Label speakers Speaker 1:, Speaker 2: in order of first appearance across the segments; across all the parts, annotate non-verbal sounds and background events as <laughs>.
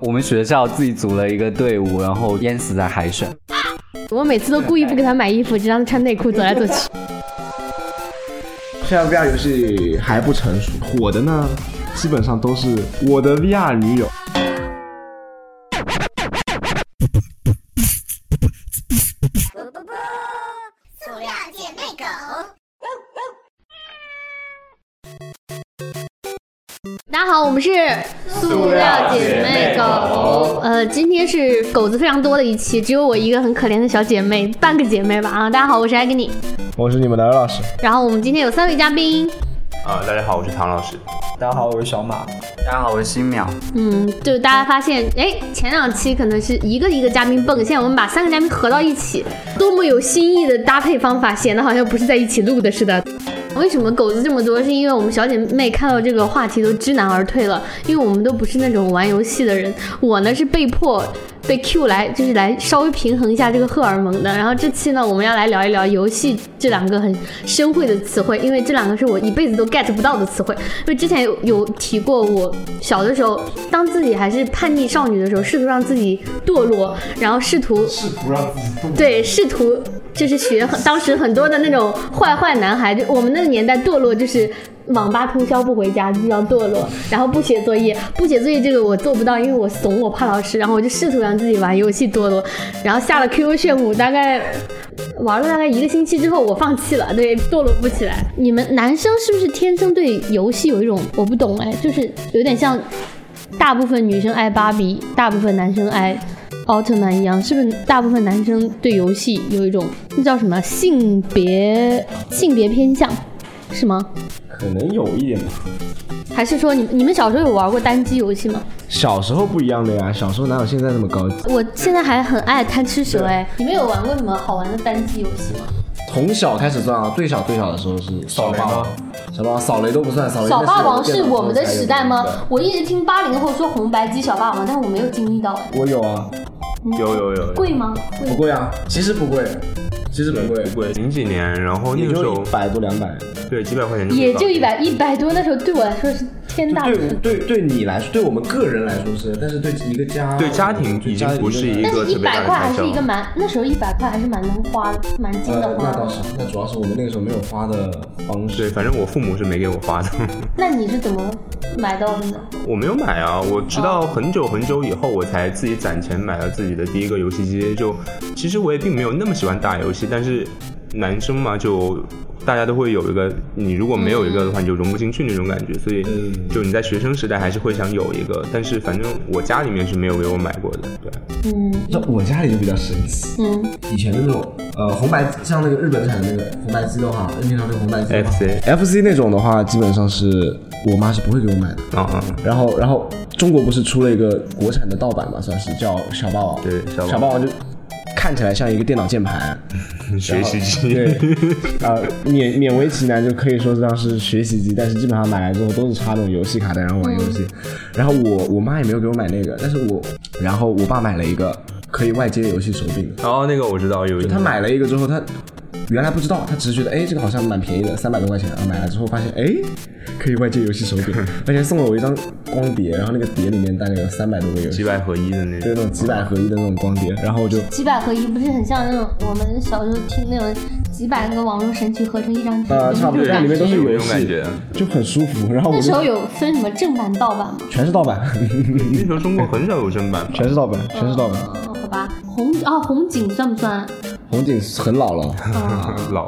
Speaker 1: 我们学校自己组了一个队伍，然后淹死在海选。
Speaker 2: 我每次都故意不给他买衣服，只让他穿内裤走来走去。
Speaker 3: 现在 VR 游戏还不成熟，火的呢，基本上都是我的 VR 女友。
Speaker 4: 塑料姐妹狗，
Speaker 2: 大家好，我们是塑料姐妹狗。呃，今天是狗子非常多的一期，只有我一个很可怜的小姐妹，半个姐妹吧啊！大家好，我是艾格尼。
Speaker 3: 我是你们的老师，
Speaker 2: 然后我们今天有三位嘉宾，
Speaker 5: 啊、大家好，我是唐老师。
Speaker 6: 大家好，我是小马。
Speaker 1: 大家好，我是新淼。
Speaker 2: 嗯，就大家发现，哎，前两期可能是一个一个嘉宾蹦，现在我们把三个嘉宾合到一起，多么有新意的搭配方法，显得好像不是在一起录的似的。为什么狗子这么多？是因为我们小姐妹看到这个话题都知难而退了，因为我们都不是那种玩游戏的人。我呢是被迫被 Q 来，就是来稍微平衡一下这个荷尔蒙的。然后这期呢，我们要来聊一聊游戏这两个很深晦的词汇，因为这两个是我一辈子都 get 不到的词汇。因为之前有有提过，我小的时候，当自己还是叛逆少女的时候，试图让自己堕落，然后试图
Speaker 3: 试图让自己动。
Speaker 2: 对，试图就是学很当时很多的那种坏坏男孩，就我们那个年代堕落就是。网吧通宵不回家，就叫堕落，然后不写作业，不写作业这个我做不到，因为我怂，我怕老师，然后我就试图让自己玩游戏堕落，然后下了 QQ 炫舞，大概玩了大概一个星期之后，我放弃了，对，堕落不起来。你们男生是不是天生对游戏有一种我不懂哎，就是有点像大部分女生爱芭比，大部分男生爱奥特曼一样，是不是大部分男生对游戏有一种那叫什么性别性别偏向，是吗？
Speaker 6: 可能有一点吧。
Speaker 2: 还是说你你们小时候有玩过单机游戏吗？
Speaker 3: 小时候不一样的呀，小时候哪有现在那么高级？
Speaker 2: 我现在还很爱贪吃蛇哎，你们有玩过什么好玩的单机游戏吗？
Speaker 3: 从小开始算啊，最小最小的时候是
Speaker 5: 扫雷
Speaker 3: 霸王
Speaker 5: 吗，
Speaker 3: 小霸王扫雷都不算，扫雷
Speaker 2: 小霸王
Speaker 3: 那
Speaker 2: 是我们的时代吗
Speaker 3: 电脑时候才有的？
Speaker 2: 我一直听八零后说红白机小霸王，但我没有经历到哎，
Speaker 3: 我有啊，
Speaker 5: 有有有，
Speaker 2: 贵吗？贵
Speaker 3: 不贵啊，其实不贵，其实不贵，
Speaker 5: 贵，零几年，然后那
Speaker 3: 也
Speaker 5: 个时
Speaker 3: 就
Speaker 5: 候
Speaker 3: 一百多两百。
Speaker 5: 对几百块钱
Speaker 2: 也
Speaker 5: 可以
Speaker 2: 就
Speaker 5: 搞
Speaker 2: 一百一百多，那时候对我来说是天大的数
Speaker 3: 对对对你来说，对我们个人来说是，但是对一个家
Speaker 5: 对家庭已经不是一
Speaker 2: 但
Speaker 5: 个
Speaker 2: 是一
Speaker 5: 特别大
Speaker 2: 百
Speaker 5: 的
Speaker 2: 块还
Speaker 5: 开
Speaker 2: 是一个
Speaker 5: 销。
Speaker 2: 蛮那时候一百块还是蛮能花，蛮经
Speaker 3: 呃
Speaker 2: 的，花
Speaker 3: 那倒
Speaker 2: 的。
Speaker 3: 是，那主要是我们那个时候没有花的方式
Speaker 5: 对，。反正我父母是没给我发的，
Speaker 2: 那你是怎么买到的呢？
Speaker 5: 我没有买啊。我直到很久很久以后，我才自己攒钱买了自己的第一个游戏机。就其实我也并没有那么喜欢打游戏，但是男生嘛，就大家都会有一个，你如果没有一个的话，你就融不进去那种感觉。所以
Speaker 3: 嗯
Speaker 5: 就你在学生时代还是会想有一个，但是反正我家里面是没有给我买过的。对，
Speaker 2: 嗯
Speaker 3: 那我家里就比较神奇，
Speaker 2: 嗯，
Speaker 3: 以前的那种呃红白像那个日本产的那个红白机的话，任天堂那个红白机的话
Speaker 5: FC
Speaker 3: FC 那种的话，基本上是我妈是不会给我买的。
Speaker 5: 啊啊，
Speaker 3: 然后，然后中国不是出了一个国产的盗版嘛，算是叫小霸王。
Speaker 5: 对小霸
Speaker 3: 小
Speaker 5: 王
Speaker 3: 王就看起来像一个电脑键盘，
Speaker 5: 学习机。
Speaker 3: 对，呃，勉勉为其难就可以说是当是学习机，但是基本上买来之后都是插那种游戏卡带，然后玩游戏。
Speaker 2: 嗯
Speaker 3: 然后我我妈也没有给我买那个，但是我然后我爸买了一个可以外接游戏手柄，
Speaker 5: 然后那个我知道有一
Speaker 3: 就他买了一个之后，他原来不知道，他只是觉得哎这个好像蛮便宜的，三百多块钱，然后买了之后发现哎可以外接游戏手柄，而且送了我一张光碟，然后那个碟里面带了有三百多个游
Speaker 5: 几
Speaker 3: 戏。
Speaker 5: 百合一的那
Speaker 3: 就是
Speaker 5: 种
Speaker 3: 那种几百合一的那种光碟，然后我就
Speaker 2: 几百合一不是很像那种我们小时候听那种几百个网络神曲合成一张碟
Speaker 3: 呃差不多，
Speaker 2: 那种感觉
Speaker 3: 里面都是
Speaker 5: 有
Speaker 3: 游
Speaker 5: 这种感
Speaker 3: 戏
Speaker 5: 觉，
Speaker 3: 就很舒服。然后我
Speaker 2: 那时
Speaker 3: 就
Speaker 2: 候有分什么正版盗版吗？
Speaker 3: 全是盗版， <laughs>
Speaker 5: 那时候中国哎很少有正版吧，
Speaker 3: 全是盗版，全是盗版。
Speaker 2: 嗯，好吧，红啊红警算不算？
Speaker 3: 红警很老了，
Speaker 2: 哦
Speaker 5: 老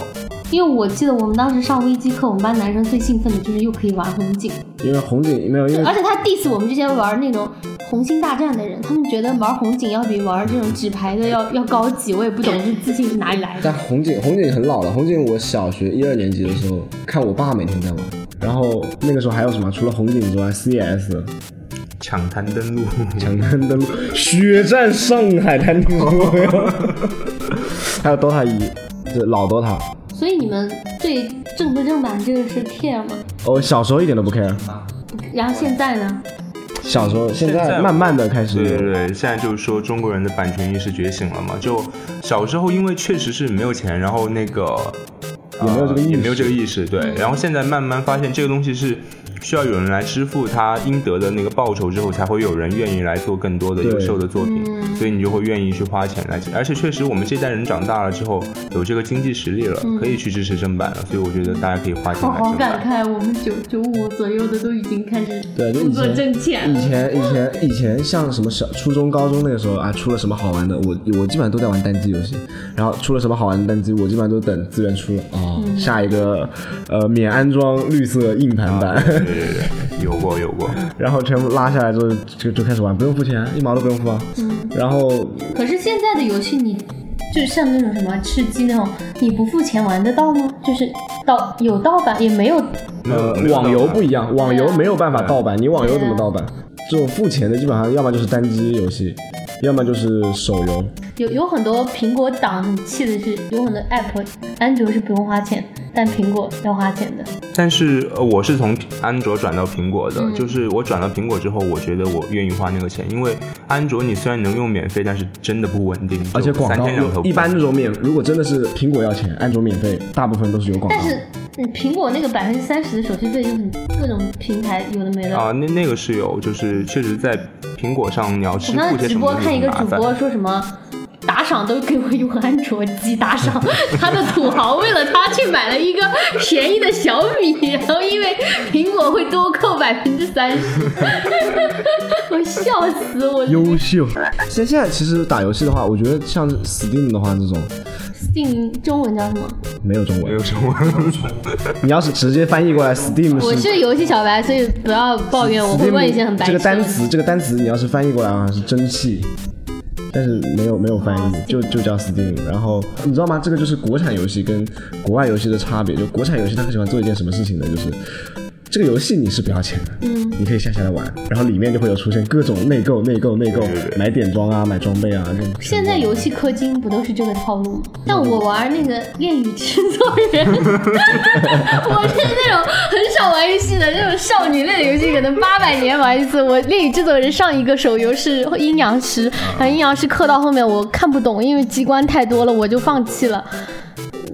Speaker 2: 因为我记得我们当时上微机课，我们班男生最兴奋的就是又可以玩红警，
Speaker 3: 因为红警没有，因
Speaker 2: 而
Speaker 5: 哎
Speaker 2: 且
Speaker 3: 为
Speaker 2: 他 diss 我们这些玩那种红星大战的人，他们觉得玩红警要比玩这种纸牌的要要高级，我也不懂这自信是哪里来的。
Speaker 3: 但红警红警很老了，红警我小学一二年级的时候看我爸每天在玩，然后那个时候还有什么？除了红警之外，CS、
Speaker 5: 抢滩登陆，
Speaker 3: 抢滩登陆、血战上海滩听说
Speaker 5: <laughs>
Speaker 3: 过没有？还有 DOTA 一，这老 DOTA。
Speaker 2: 所以你们对正不正版这个是 care 吗？
Speaker 3: 我小时候一点都不 care，
Speaker 2: 然后现在呢？
Speaker 3: 小时候现
Speaker 5: 现在
Speaker 3: 在
Speaker 5: 我
Speaker 3: 慢慢的开始
Speaker 5: 对对对，现在就是说中国人的版权意识觉醒了嘛，就小时候因为确实是没有钱，然后那个。呃
Speaker 3: 也没有这个意识，嗯
Speaker 5: 也没有这个意识，对。然后现在慢慢发现这个东西是需要有人来支付他应得的那个报酬之后，才会有人愿意来做更多的
Speaker 3: 对
Speaker 5: 优秀的作品，
Speaker 2: 嗯
Speaker 5: 所以你就会愿意去花钱来。而且确实我们这代人长大了之后，有这个经济实力了，可以去支持正版了，所以我觉得大家可以花钱
Speaker 2: 我
Speaker 5: 买
Speaker 2: 嗯好
Speaker 5: 正
Speaker 2: 感
Speaker 5: 版。
Speaker 2: 慨，我们九九五左右的都已经开始
Speaker 3: 对就以
Speaker 2: 工作
Speaker 3: 前
Speaker 2: 挣钱
Speaker 3: 以
Speaker 2: 了。
Speaker 3: 前以前以前像什么小初中高中那个时候啊，出了什么好玩的，我我基本上都在玩单机游戏。然后出了什么好玩的单机，我基本上都等资源出了啊、
Speaker 5: 哦
Speaker 3: 下一个呃免安装绿色硬盘版，
Speaker 5: 啊对对对，有过有过，
Speaker 3: <laughs> 然后全部拉下来之后就就开始玩，不用付钱，一毛都不用付啊。
Speaker 2: 嗯
Speaker 3: 然后
Speaker 2: 可是现在的游戏你。就像那种什么吃鸡那种，你不付钱玩得到吗？就是盗有盗版，也没有
Speaker 5: 没有
Speaker 3: 呃
Speaker 5: 没有
Speaker 3: 网游不一样，网游
Speaker 7: 对啊
Speaker 3: 没有办法盗版，你网游怎么
Speaker 7: 对啊
Speaker 3: 盗版？这种付钱的基本上要么就是单机游戏，要么就是手游。
Speaker 2: 有有很多苹果党很气的是，有很多 app 安卓是不用花钱，但苹果要花钱的。
Speaker 5: 但是呃我是从安卓转到苹果
Speaker 2: 嗯
Speaker 5: 的，就是我转到苹果之后，我觉得我愿意花那个钱，因为安卓你虽然能用免费，但是真的不稳定，
Speaker 3: 而且
Speaker 5: 就
Speaker 3: 广
Speaker 5: 三
Speaker 3: 告
Speaker 5: 天两头
Speaker 3: 一般这种免，如果真的是苹果要钱，安卓免费，大部分都是有广告
Speaker 2: 但。是嗯苹果那个百分之三十的手续费就很各种平台有的没的。
Speaker 5: 啊，那那个是有，就是确实在苹果上你要
Speaker 2: 我
Speaker 5: 支
Speaker 2: 刚
Speaker 5: 付
Speaker 2: 刚
Speaker 5: 些
Speaker 2: 直
Speaker 5: 什
Speaker 2: 播
Speaker 5: 么东西
Speaker 2: 看一
Speaker 5: 很
Speaker 2: 个
Speaker 5: 麻
Speaker 2: 主
Speaker 5: 烦。
Speaker 2: 播说什么。打赏都给我用安卓机打赏，他的土豪为了他去买了一个便宜的小米，然后因为苹果会多扣百分之三十，我笑死我。
Speaker 3: 优秀。 <laughs> 现现在其实打游戏的话，我觉得像 Steam 的话，这种
Speaker 2: Steam 中文叫什么？
Speaker 3: 没有中
Speaker 5: 没有
Speaker 3: 文。
Speaker 5: 什么，
Speaker 3: 你要是直接翻译过来，Steam
Speaker 2: 我
Speaker 3: 是
Speaker 2: 是游戏小白，所以不要抱怨，我哦会问一些很白痴
Speaker 3: 这
Speaker 2: 的。
Speaker 3: 个单词，这个单词你要是翻译过来的啊话是蒸汽。但是没有没有翻
Speaker 2: 哦
Speaker 3: 译，就就叫 Steam。然后你知道吗？这个就是国产游戏跟国外游戏的差别。就国产游戏，它很喜欢做一件什么事情呢？就是这个游戏你是不要钱的，嗯，你可以下下来玩，然后里面就会有出现各种内购、内购、内购，买点装啊，买装备啊，这种。
Speaker 2: 现在游戏氪金不都是这个套路吗？但我玩那个恋与制作人， <laughs> 我是那种很少玩游戏的那种少女类的游戏，可能八百年玩一次。我恋与制作人上一个手游是阴阳师，然后阴阳师氪到后面我看不懂，因为机关太多了，我就放弃了。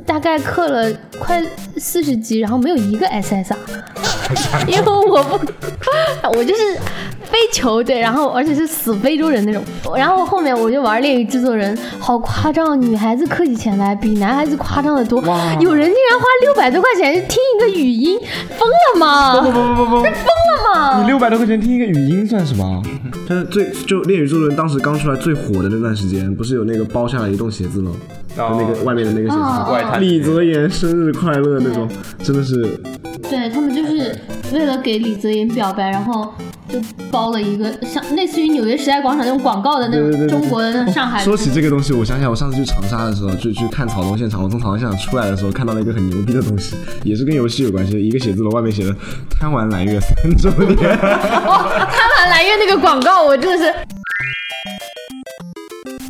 Speaker 2: 大概氪了快四十级，然后没有一个 SSR，因为我不，我就是非球对，然后而且是死非洲人那种。然后后面我就玩《恋与制作人》，好夸张，女孩子氪起钱来比男孩子夸张的多。有人竟然花六百多块钱去听一个语音，疯了吗？
Speaker 3: 不不不不，
Speaker 2: 疯了吗？
Speaker 3: 六百多块钱听一个语音算什 <laughs> 么？但是最就《恋与制作人》当时刚出来最火的那段时间，不是有那个包下来一栋写字楼，
Speaker 5: 哦
Speaker 3: 那个外面的那个写字
Speaker 2: 哦
Speaker 3: 楼，
Speaker 5: 外滩
Speaker 3: 李泽言生日快乐那种，真的是
Speaker 2: 对他们就是为了给李泽言表白，然后就包了一个像类似于纽约时代广场那种广告的那
Speaker 3: 对对
Speaker 2: 种
Speaker 3: 对对
Speaker 2: 中国的那种上海的
Speaker 3: 说起这个东西，我想想，我上次去长沙的时候，就去看草东现场，我从草东现场出来的时候，看到了一个很牛逼的东西， <laughs> 也是跟游戏有关系的，一个写字楼外面写的“贪玩蓝月三周年
Speaker 2: 哦，贪玩蓝月那个广告，我真的是。”。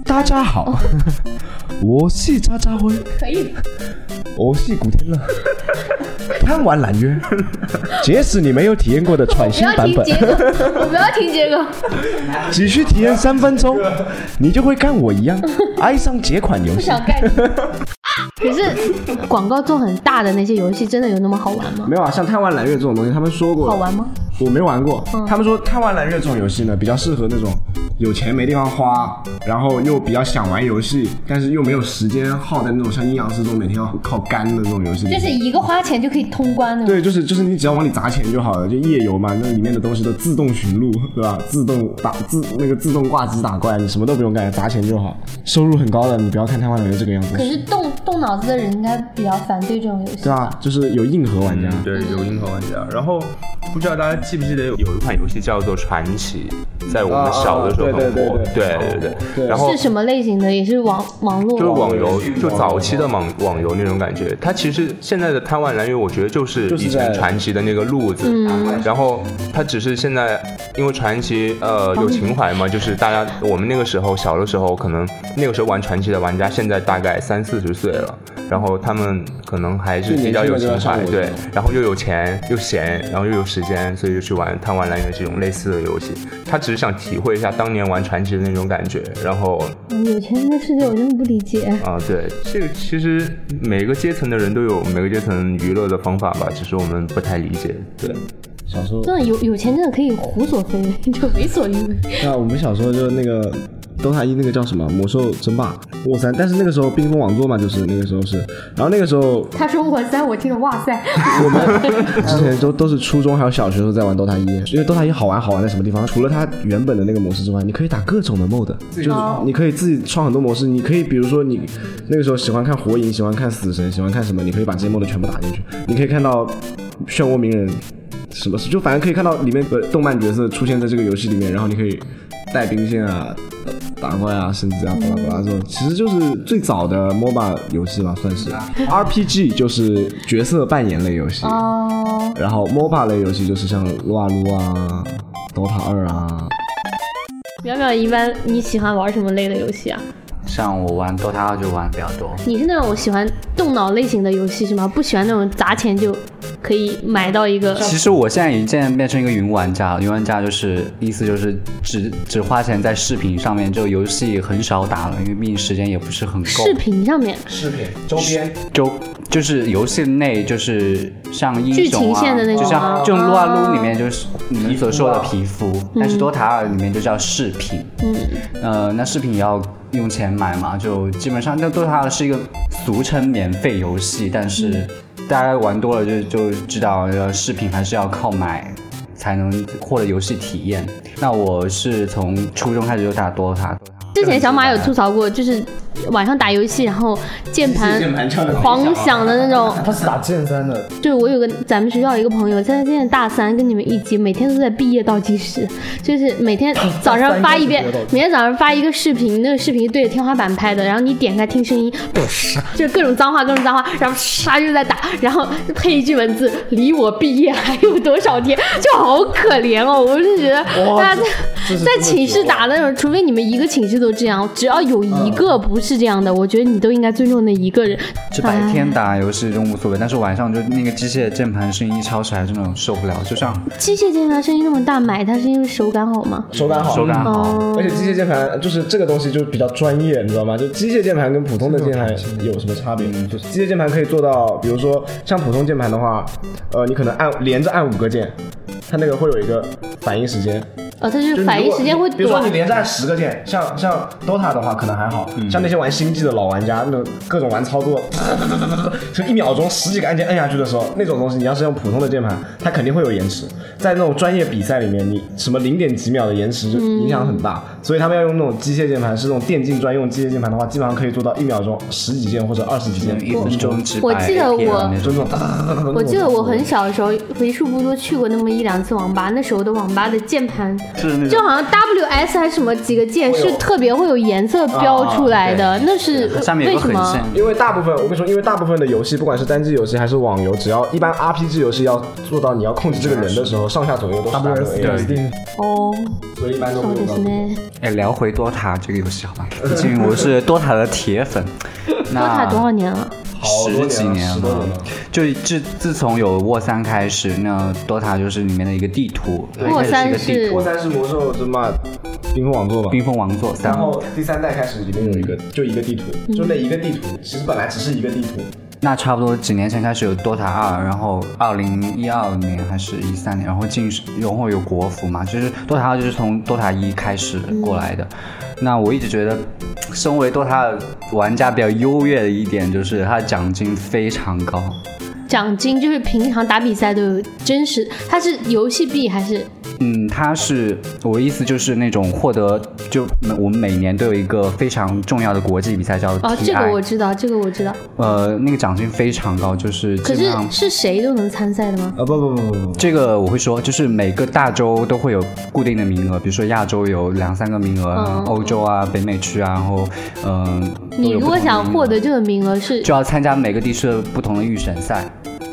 Speaker 3: 大家好，我是渣渣辉，
Speaker 2: 可以，
Speaker 3: 我是古天 <laughs> 乐。贪玩蓝月，截止你没有体验过的全
Speaker 2: 不
Speaker 3: 新
Speaker 2: 要
Speaker 3: 版
Speaker 2: 听
Speaker 3: 本，
Speaker 2: 杰哥，我不要听杰哥。
Speaker 3: 只需体验三分钟，你就会跟我一
Speaker 2: <laughs>
Speaker 3: 样爱上这款游
Speaker 2: 不
Speaker 3: 戏。
Speaker 2: 想干。可是广告做很大的那些游戏，真的有那么好玩吗？
Speaker 3: 没有啊，像贪玩蓝月这种东西，他们说过
Speaker 2: 好玩嗯吗？
Speaker 3: 我没玩过，他们说《贪玩蓝月》这种游戏呢，比较适合那种有钱没地方花，然后又比较想玩游戏，但是又没有时间耗在那种像阴阳师这种每天要靠肝的这种游戏里
Speaker 2: 就是一个花钱就可以通关的。
Speaker 3: 对，就是就是你只要往里砸钱就好了，就夜游嘛，那里面的东西都自动寻路，对吧？自动打自那个自动挂机打怪，你什么都不用干，砸钱就好，收入很高的，你不要看《贪玩蓝月》这个样子
Speaker 2: 可，是动动脑子的人应该比较反对啊这种游戏
Speaker 3: 对。吧？就是有硬核玩家，
Speaker 5: 嗯，对，有硬核玩家。然后不知道大家记不记得有一款游戏叫做《传奇》，在我们小的时候
Speaker 3: 啊啊对
Speaker 5: 很火，
Speaker 3: 对
Speaker 5: 对对
Speaker 3: 对
Speaker 5: 然后
Speaker 2: 是什么类型的？也是网网络。
Speaker 5: 就是网游
Speaker 8: 网游，
Speaker 5: 就早期的网网游那种感觉。它其实现在的贪玩蓝月，我觉得就是
Speaker 3: 就是
Speaker 5: 以前
Speaker 3: 在
Speaker 5: 传奇的那个路子。
Speaker 2: 嗯
Speaker 5: 然后它只是现在因为传奇呃有情怀嘛，就是大家我们那个时候小的时候，可能那个时候玩传奇的玩家，现在大概三四十岁了。然后他们可能还是
Speaker 3: 就年
Speaker 5: 比较
Speaker 3: 轻
Speaker 5: 有
Speaker 3: 的就
Speaker 5: 情
Speaker 3: 要上
Speaker 5: 怀，
Speaker 3: 国
Speaker 5: 对
Speaker 3: 际了，
Speaker 5: 然后又有钱又闲，然后又有时间，所以就去玩贪玩蓝月这种类似的游戏。他只是想体会一下当年玩传奇的那种感觉，然后
Speaker 2: 嗯
Speaker 9: 有钱人的世界我真的不理解。
Speaker 5: 啊，对，这个其实每个阶层的人都有每个阶层娱乐的方法吧，只是我们不太理解。对，
Speaker 3: 小时候
Speaker 9: 真的有有钱真的可以胡作非为，就为所欲为。
Speaker 3: 那我们小时候就那个《DOTA 一》那个叫什么《魔兽争霸》，我塞！但是那个时候冰封王座嘛，就是那个时候是，然后那个时候
Speaker 9: 他说我塞，我听着哇塞，
Speaker 3: 我们之前都都是初中还有小学的时候在玩 DOTA 一，因为 DOTA 一好玩好玩在什么地方？除了它原本的那个模式之外，你可以打各种的 mod，就是你可以自己创很多模式，你可以比如说你那个时候喜欢看火影，喜欢看死神，喜欢看什么，你可以把这些 mod 全部打进去，你可以看到漩涡鸣人。什么就反正可以看到里面的动漫角色出现在这个游戏里面，然后你可以带兵线啊、呃打怪啊、升级啊、巴拉巴拉这种，其实就是最早的 MOBA 游戏吧，算是啊 RPG 就是角色扮演类游戏。
Speaker 2: 啊
Speaker 9: 哦，
Speaker 3: 然后 MOBA 类游戏就是像撸啊撸啊、DOTA 二啊，
Speaker 2: 淼淼，一般你喜欢玩什么类的游戏啊？
Speaker 1: 像我玩 DOTA 二就玩得比较多，
Speaker 2: 你是那种喜欢动脑类型的游戏是吗？不喜欢那种砸钱就可以买到一个。
Speaker 1: 其实我现在已经变成一个云玩家了，云玩家就是意思就是只只花钱在视频上面，就游戏很少打了，因为毕竟时间也不是很够。
Speaker 2: 视频上面
Speaker 6: 饰品周边，
Speaker 1: 就就是游戏内就是像英
Speaker 2: 剧
Speaker 1: 雄
Speaker 2: 情
Speaker 1: 啊，
Speaker 2: 线的那种
Speaker 1: 就
Speaker 2: 啊
Speaker 1: 像
Speaker 2: 嗯
Speaker 1: 就撸啊撸里面就是你们所说的皮肤，但是多塔尔里面就叫饰品。嗯，呃，那饰品也要用钱买嘛，就基本上那多塔尔是一个俗称免费游戏，但
Speaker 2: 嗯
Speaker 1: 是大家玩多了就就知道，呃，饰品还是要靠买。才能获得游戏体验。那我是从初中开始就打多塔，
Speaker 2: 之前小马有吐槽过，就是晚上打游戏，然后键盘狂啊响的那种。
Speaker 6: 他是打剑三的，
Speaker 2: 就是我有个咱们学校有一个朋友，现在现在大三，跟你们一级，每天都在毕业倒计时，就是每天早上发一遍
Speaker 6: 大三应该是毕业倒计，时
Speaker 2: 每天早上发一个视频，那个视频对着天花板拍的，然后你点开听声音，就是各种脏话，各种脏话，然后唰就在打，然后配一句文字“离我毕业还有多少天”，就好可怜哦。我是觉得大家在
Speaker 6: 这是
Speaker 2: 在
Speaker 6: 这么
Speaker 2: 寝室
Speaker 6: 绝望嗯
Speaker 2: 打那种，除非你们一个寝室都这样，只要有一个不是这样的，我觉得你都应该尊重那一个人。啊
Speaker 1: 就白天打游戏就无所谓，但是晚上就那个机械键盘声音一吵起来，真的受不了。就像
Speaker 2: 机械键盘声音那么大，买它是因为手感好吗？
Speaker 3: 手感好，
Speaker 1: 手感好，
Speaker 2: 哦
Speaker 3: 而且机械键盘就是这个东西就比较专业，你知道吗？就机械键盘跟普通的键盘有什么差别？
Speaker 1: 嗯
Speaker 3: 就是机械键盘可以做到，比如说像普通键盘的话，呃，你可能按连着按五个键，它那个会有一个反应时间，
Speaker 2: 哦，它是
Speaker 3: 就
Speaker 2: 反应时间会
Speaker 3: 比如说
Speaker 2: 短
Speaker 3: 你。连着按十个键，像像 DOTA 的话可能还好，
Speaker 1: 嗯
Speaker 3: 像那些玩星际的老玩家，那种各种玩操作， <laughs> 就一秒钟十几个按键摁下去的时候，那种东西你要是用普通的键盘，它肯定会有延迟。在那种专业比赛里面，你什么零点几秒的延迟就
Speaker 2: 嗯
Speaker 3: 影响很大，所以他们要用那种机械键盘，是那种电竞专用机械键盘的话，基本上可以做到一秒钟十几键或者二十几键。
Speaker 1: 一分钟只
Speaker 2: 我记得我
Speaker 3: 就那种哒哒哒哒哒哒那种，
Speaker 2: 我记得我很小的时候为数不多去过那么一两次网吧，那时候的网吧的键盘
Speaker 1: 是那
Speaker 2: 就
Speaker 1: 种
Speaker 2: 好像 W S 还是什么几个键是特别会有颜色标出来的，那是
Speaker 1: 上面
Speaker 2: 为
Speaker 1: 有个
Speaker 2: 什
Speaker 1: 横
Speaker 2: 么？
Speaker 1: 线，
Speaker 3: 因为大部分，我跟你说，因为大部分的游戏，不管是单机游戏还是网游，只要一般 RPG 游戏要做到你要控制这个人的时候，上下左右都是
Speaker 6: WS
Speaker 3: 对，
Speaker 6: 定
Speaker 2: 哦，
Speaker 3: 所以一般都
Speaker 2: そう
Speaker 3: 会有
Speaker 2: で
Speaker 3: 到
Speaker 2: す。ね。
Speaker 1: 哎，聊回多塔这个游戏好吧，毕竟我是多塔的铁粉。
Speaker 2: 多
Speaker 1: 那
Speaker 2: 塔多少年了？
Speaker 3: 好多
Speaker 1: 十几
Speaker 3: 年了十多
Speaker 1: 了
Speaker 3: 年了，
Speaker 1: 就自自从有沃三开始，那多塔就是里面的一个地图，
Speaker 2: 沃
Speaker 1: 一开
Speaker 2: 三
Speaker 1: 始是一个
Speaker 2: 是
Speaker 1: 地图，
Speaker 3: 过三是魔兽争霸冰封王座吧。
Speaker 1: 冰封王座三
Speaker 3: 然。后第三代开始里面有一个，就一个地图，就那一个地图，其实本来只是一个地图，
Speaker 1: 那差不多几年前开始有 DOTA 二，然后二零一二年还是一三年，然后进然后有国服嘛，就是 DOTA 二就是从 DOTA 一开始过来的。那我一直觉得，身为 DOTA 玩家比较优越的一点就是它的奖金非常高，
Speaker 2: 奖金，就是平常打比赛都有真实，它是游戏币还是
Speaker 1: 嗯，它是我意思就是那种获得就我们每年都有一个非常重要的国际比赛叫 TI，、
Speaker 2: 哦？这个我知道，这个我知道。
Speaker 1: 呃那个奖金非常高，就是基
Speaker 2: 可
Speaker 1: 本
Speaker 2: 是
Speaker 1: 上
Speaker 2: 是谁都能参赛的吗？
Speaker 3: 啊不不不不不，
Speaker 1: 这个我会说，就是每个大洲都会有固定的名额，比如说亚洲有两三个名额，然后欧洲啊、北美区啊，然后嗯、都
Speaker 2: 嗯你
Speaker 1: 有不
Speaker 2: 如果
Speaker 1: 同的
Speaker 2: 想
Speaker 1: 名额
Speaker 2: 获得这个名额是
Speaker 1: 就要参加每个地区的不同的预选赛。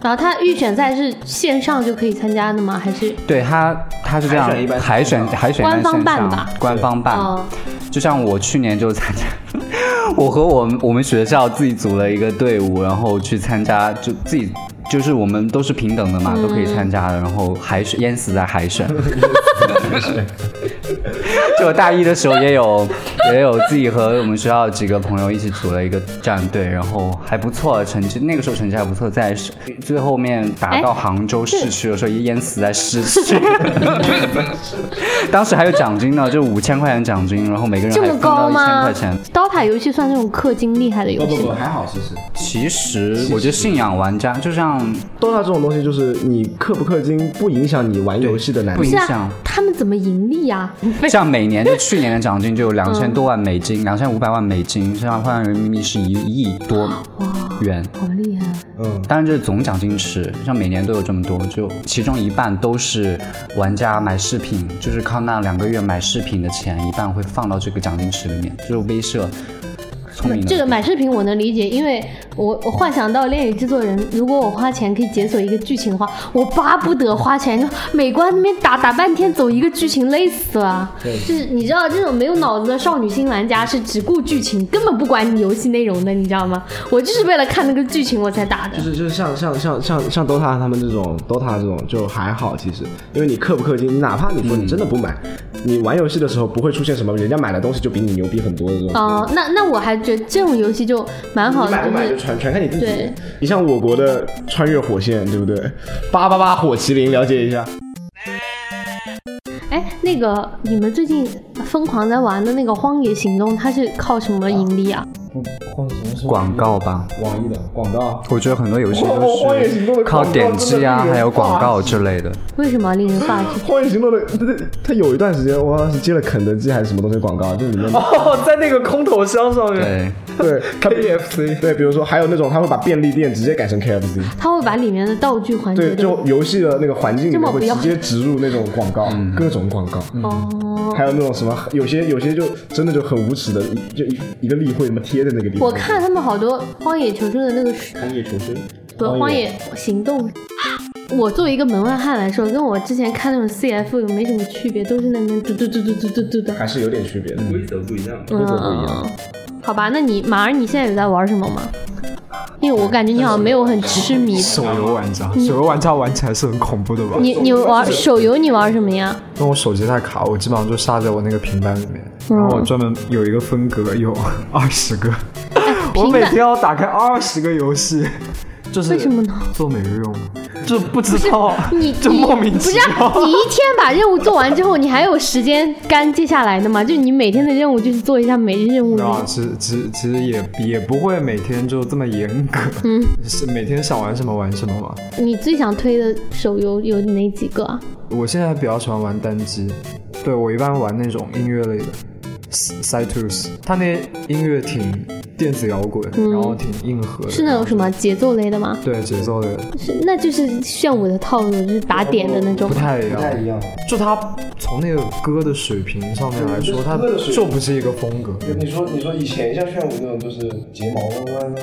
Speaker 2: 然后他预选赛是线上就可以参加的吗？还是
Speaker 1: 对他，他是这样
Speaker 3: 海选一般是
Speaker 1: 海选海选一般
Speaker 2: 官方
Speaker 1: 线上
Speaker 2: 办吧
Speaker 1: 官方办。
Speaker 2: 哦
Speaker 1: 就像我去年就参加，我和我们我们学校自己组了一个队伍，然后去参加，就自己就是我们都是平等的嘛，都可以参加的。然后海选淹死在海选， <laughs> 就我大一的时候也有也有自己和我们学校几个朋友一起组了一个战队，然后还不错，成绩那个时候成绩还不错，在最后面
Speaker 2: 哎
Speaker 1: 打到杭州市区的时候也淹死在市区， <laughs> 当时还有奖金呢，就五千块钱奖金，然后每个人
Speaker 2: 这
Speaker 1: 还
Speaker 2: 么
Speaker 1: 分到
Speaker 2: 高
Speaker 1: 一千
Speaker 2: 吗
Speaker 1: 块钱。
Speaker 2: ？DOTA 游戏算那种氪金厉害的游
Speaker 3: 不不
Speaker 2: 戏
Speaker 3: 不，
Speaker 2: 吗？
Speaker 3: 还好其实。
Speaker 1: 其实我觉得信仰玩家就像
Speaker 2: <laughs>
Speaker 3: DOTA 这种东西就是你氪不氪金不影响你玩游戏的难
Speaker 1: 不
Speaker 3: 度
Speaker 1: 影。
Speaker 2: 是啊
Speaker 1: 响，
Speaker 2: 他们怎么盈利啊呀、
Speaker 1: 像每年就去年的奖金就有两千多万美
Speaker 2: <laughs>
Speaker 1: 金，两千五百万美金，这样换人民币是一亿多元。
Speaker 2: 好厉害！啊
Speaker 3: 嗯，
Speaker 1: 当然，这是总奖金池，像每年都有这么多，就其中一半都是玩家买饰品，就是靠那两个月买饰品的钱，一半会放到这个奖金池里面，就是威慑
Speaker 3: 嗯
Speaker 1: 聪明的。
Speaker 2: 嗯这个买视频我能理解，因为我我幻想到《恋与制作人》，如果我花钱可以解锁一个剧情的话，我巴不得花钱就每关那边打打半天走一个剧情，累死了。就是你知道这种没有脑子的少女心玩家是只顾剧情，根本不管你游戏内容的，你知道吗？我就是为了看那个剧情我才打的
Speaker 3: 就。是就是像像像像像 DOTA 他们这种 DOTA 这种就还好其实，因为你氪不氪金，哪怕你说你真的不买，你玩游戏的时候不会出现什么人家买的东西就比你牛逼很多的这种。
Speaker 2: 哦、那那我还觉得这种游戏就蛮好
Speaker 3: 你
Speaker 2: 的，
Speaker 3: 买不
Speaker 2: 就
Speaker 3: 买就是全全看你自己
Speaker 2: 对。
Speaker 3: 你像我国的穿越火线，对不对？八八八火麒麟，了解一下。
Speaker 2: 哎，那个你们最近疯狂在玩的那个《荒野行动》，它是靠什么盈利啊？
Speaker 6: 荒野行动是
Speaker 1: 广告吧，
Speaker 6: 网易的广告，
Speaker 1: 我觉得很多游戏
Speaker 3: 哇
Speaker 2: <laughs>
Speaker 3: 哇荒野行
Speaker 1: 都
Speaker 3: 动
Speaker 1: 是
Speaker 3: 的
Speaker 1: 靠
Speaker 3: 广告
Speaker 1: 点
Speaker 3: 真
Speaker 1: 击
Speaker 3: 的
Speaker 1: 啊，
Speaker 3: 令人
Speaker 1: 还有广
Speaker 3: 发
Speaker 1: 告之类的。
Speaker 2: 为什么令人发指？
Speaker 3: 荒野行动的，他他有一段时间，我好像是接了肯德基还是什么东西广告，就里面
Speaker 6: 哦，在那个空头箱上面，
Speaker 1: 对，
Speaker 3: 对他
Speaker 6: KFC
Speaker 3: 对，比如说还有那种他会把便利店直接改成 KFC，
Speaker 2: 他会把里面的道具环节
Speaker 3: 对，
Speaker 2: 都
Speaker 3: 就游戏的那个环境里
Speaker 2: 这么
Speaker 3: 面会
Speaker 2: 不要
Speaker 3: 直接植入那种广告，
Speaker 6: 嗯
Speaker 3: 各种广告，
Speaker 2: 哦。
Speaker 3: 还有那种什么，有些有些就真的就很无耻的，就一一个例会什么贴在那个地方。
Speaker 2: 我看他们好多《荒野求生》的那个
Speaker 3: 荒野求生，
Speaker 2: 不是《荒野行动》，我作为一个门外汉来说，跟我之前看那种 CF 有没什么区别，都是那边嘟嘟嘟嘟嘟嘟嘟的。
Speaker 3: 还是有点区别的。
Speaker 5: 规则不一样。
Speaker 2: 嗯，好吧，那你马儿你现在有在玩什么吗？因为我感觉你好像没有很痴迷。
Speaker 6: 手游玩家，手游玩家玩起来是很恐怖的吧？
Speaker 2: 你你玩手游你玩什么呀？
Speaker 6: 因为我手机太卡，我基本上就下在我那个平板里面，然后我专门有一个分隔有 <laughs> 二十个，我
Speaker 2: 平
Speaker 6: 每
Speaker 2: 板
Speaker 6: 天要打开二十个游戏，就是
Speaker 2: 为什么呢？
Speaker 6: 做每日用，就不知道，
Speaker 2: 你
Speaker 6: 就
Speaker 2: 你
Speaker 6: 莫名
Speaker 2: 不
Speaker 6: 其
Speaker 2: 是啊、
Speaker 6: 妙。
Speaker 2: 你一天把任务做完之后，你还有时间干接下来的吗？就你每天的任务就是做一下每日任务那
Speaker 6: 啊，
Speaker 2: 种。
Speaker 6: 其实其实其实也也不会每天就这么严格， <laughs> 是每天想玩什么玩什么嘛。
Speaker 2: 你最想推的手游有哪几个啊？
Speaker 6: 我现在比较喜欢玩单机，对我一般玩那种音乐类的 s i t u s 它那音乐挺电子摇滚，然后挺硬核的，
Speaker 2: 嗯是那种什么节奏类的吗？
Speaker 6: 对节奏类的，
Speaker 2: 是，那就是炫舞的套路，就是打点的那种
Speaker 6: 不。太一样。
Speaker 3: 一样，
Speaker 6: 就它从那个歌的水平上面来说，它
Speaker 3: 歌的水平
Speaker 6: 就不是一个风格。
Speaker 3: 你说你说以前像炫舞那种就是睫毛弯弯啊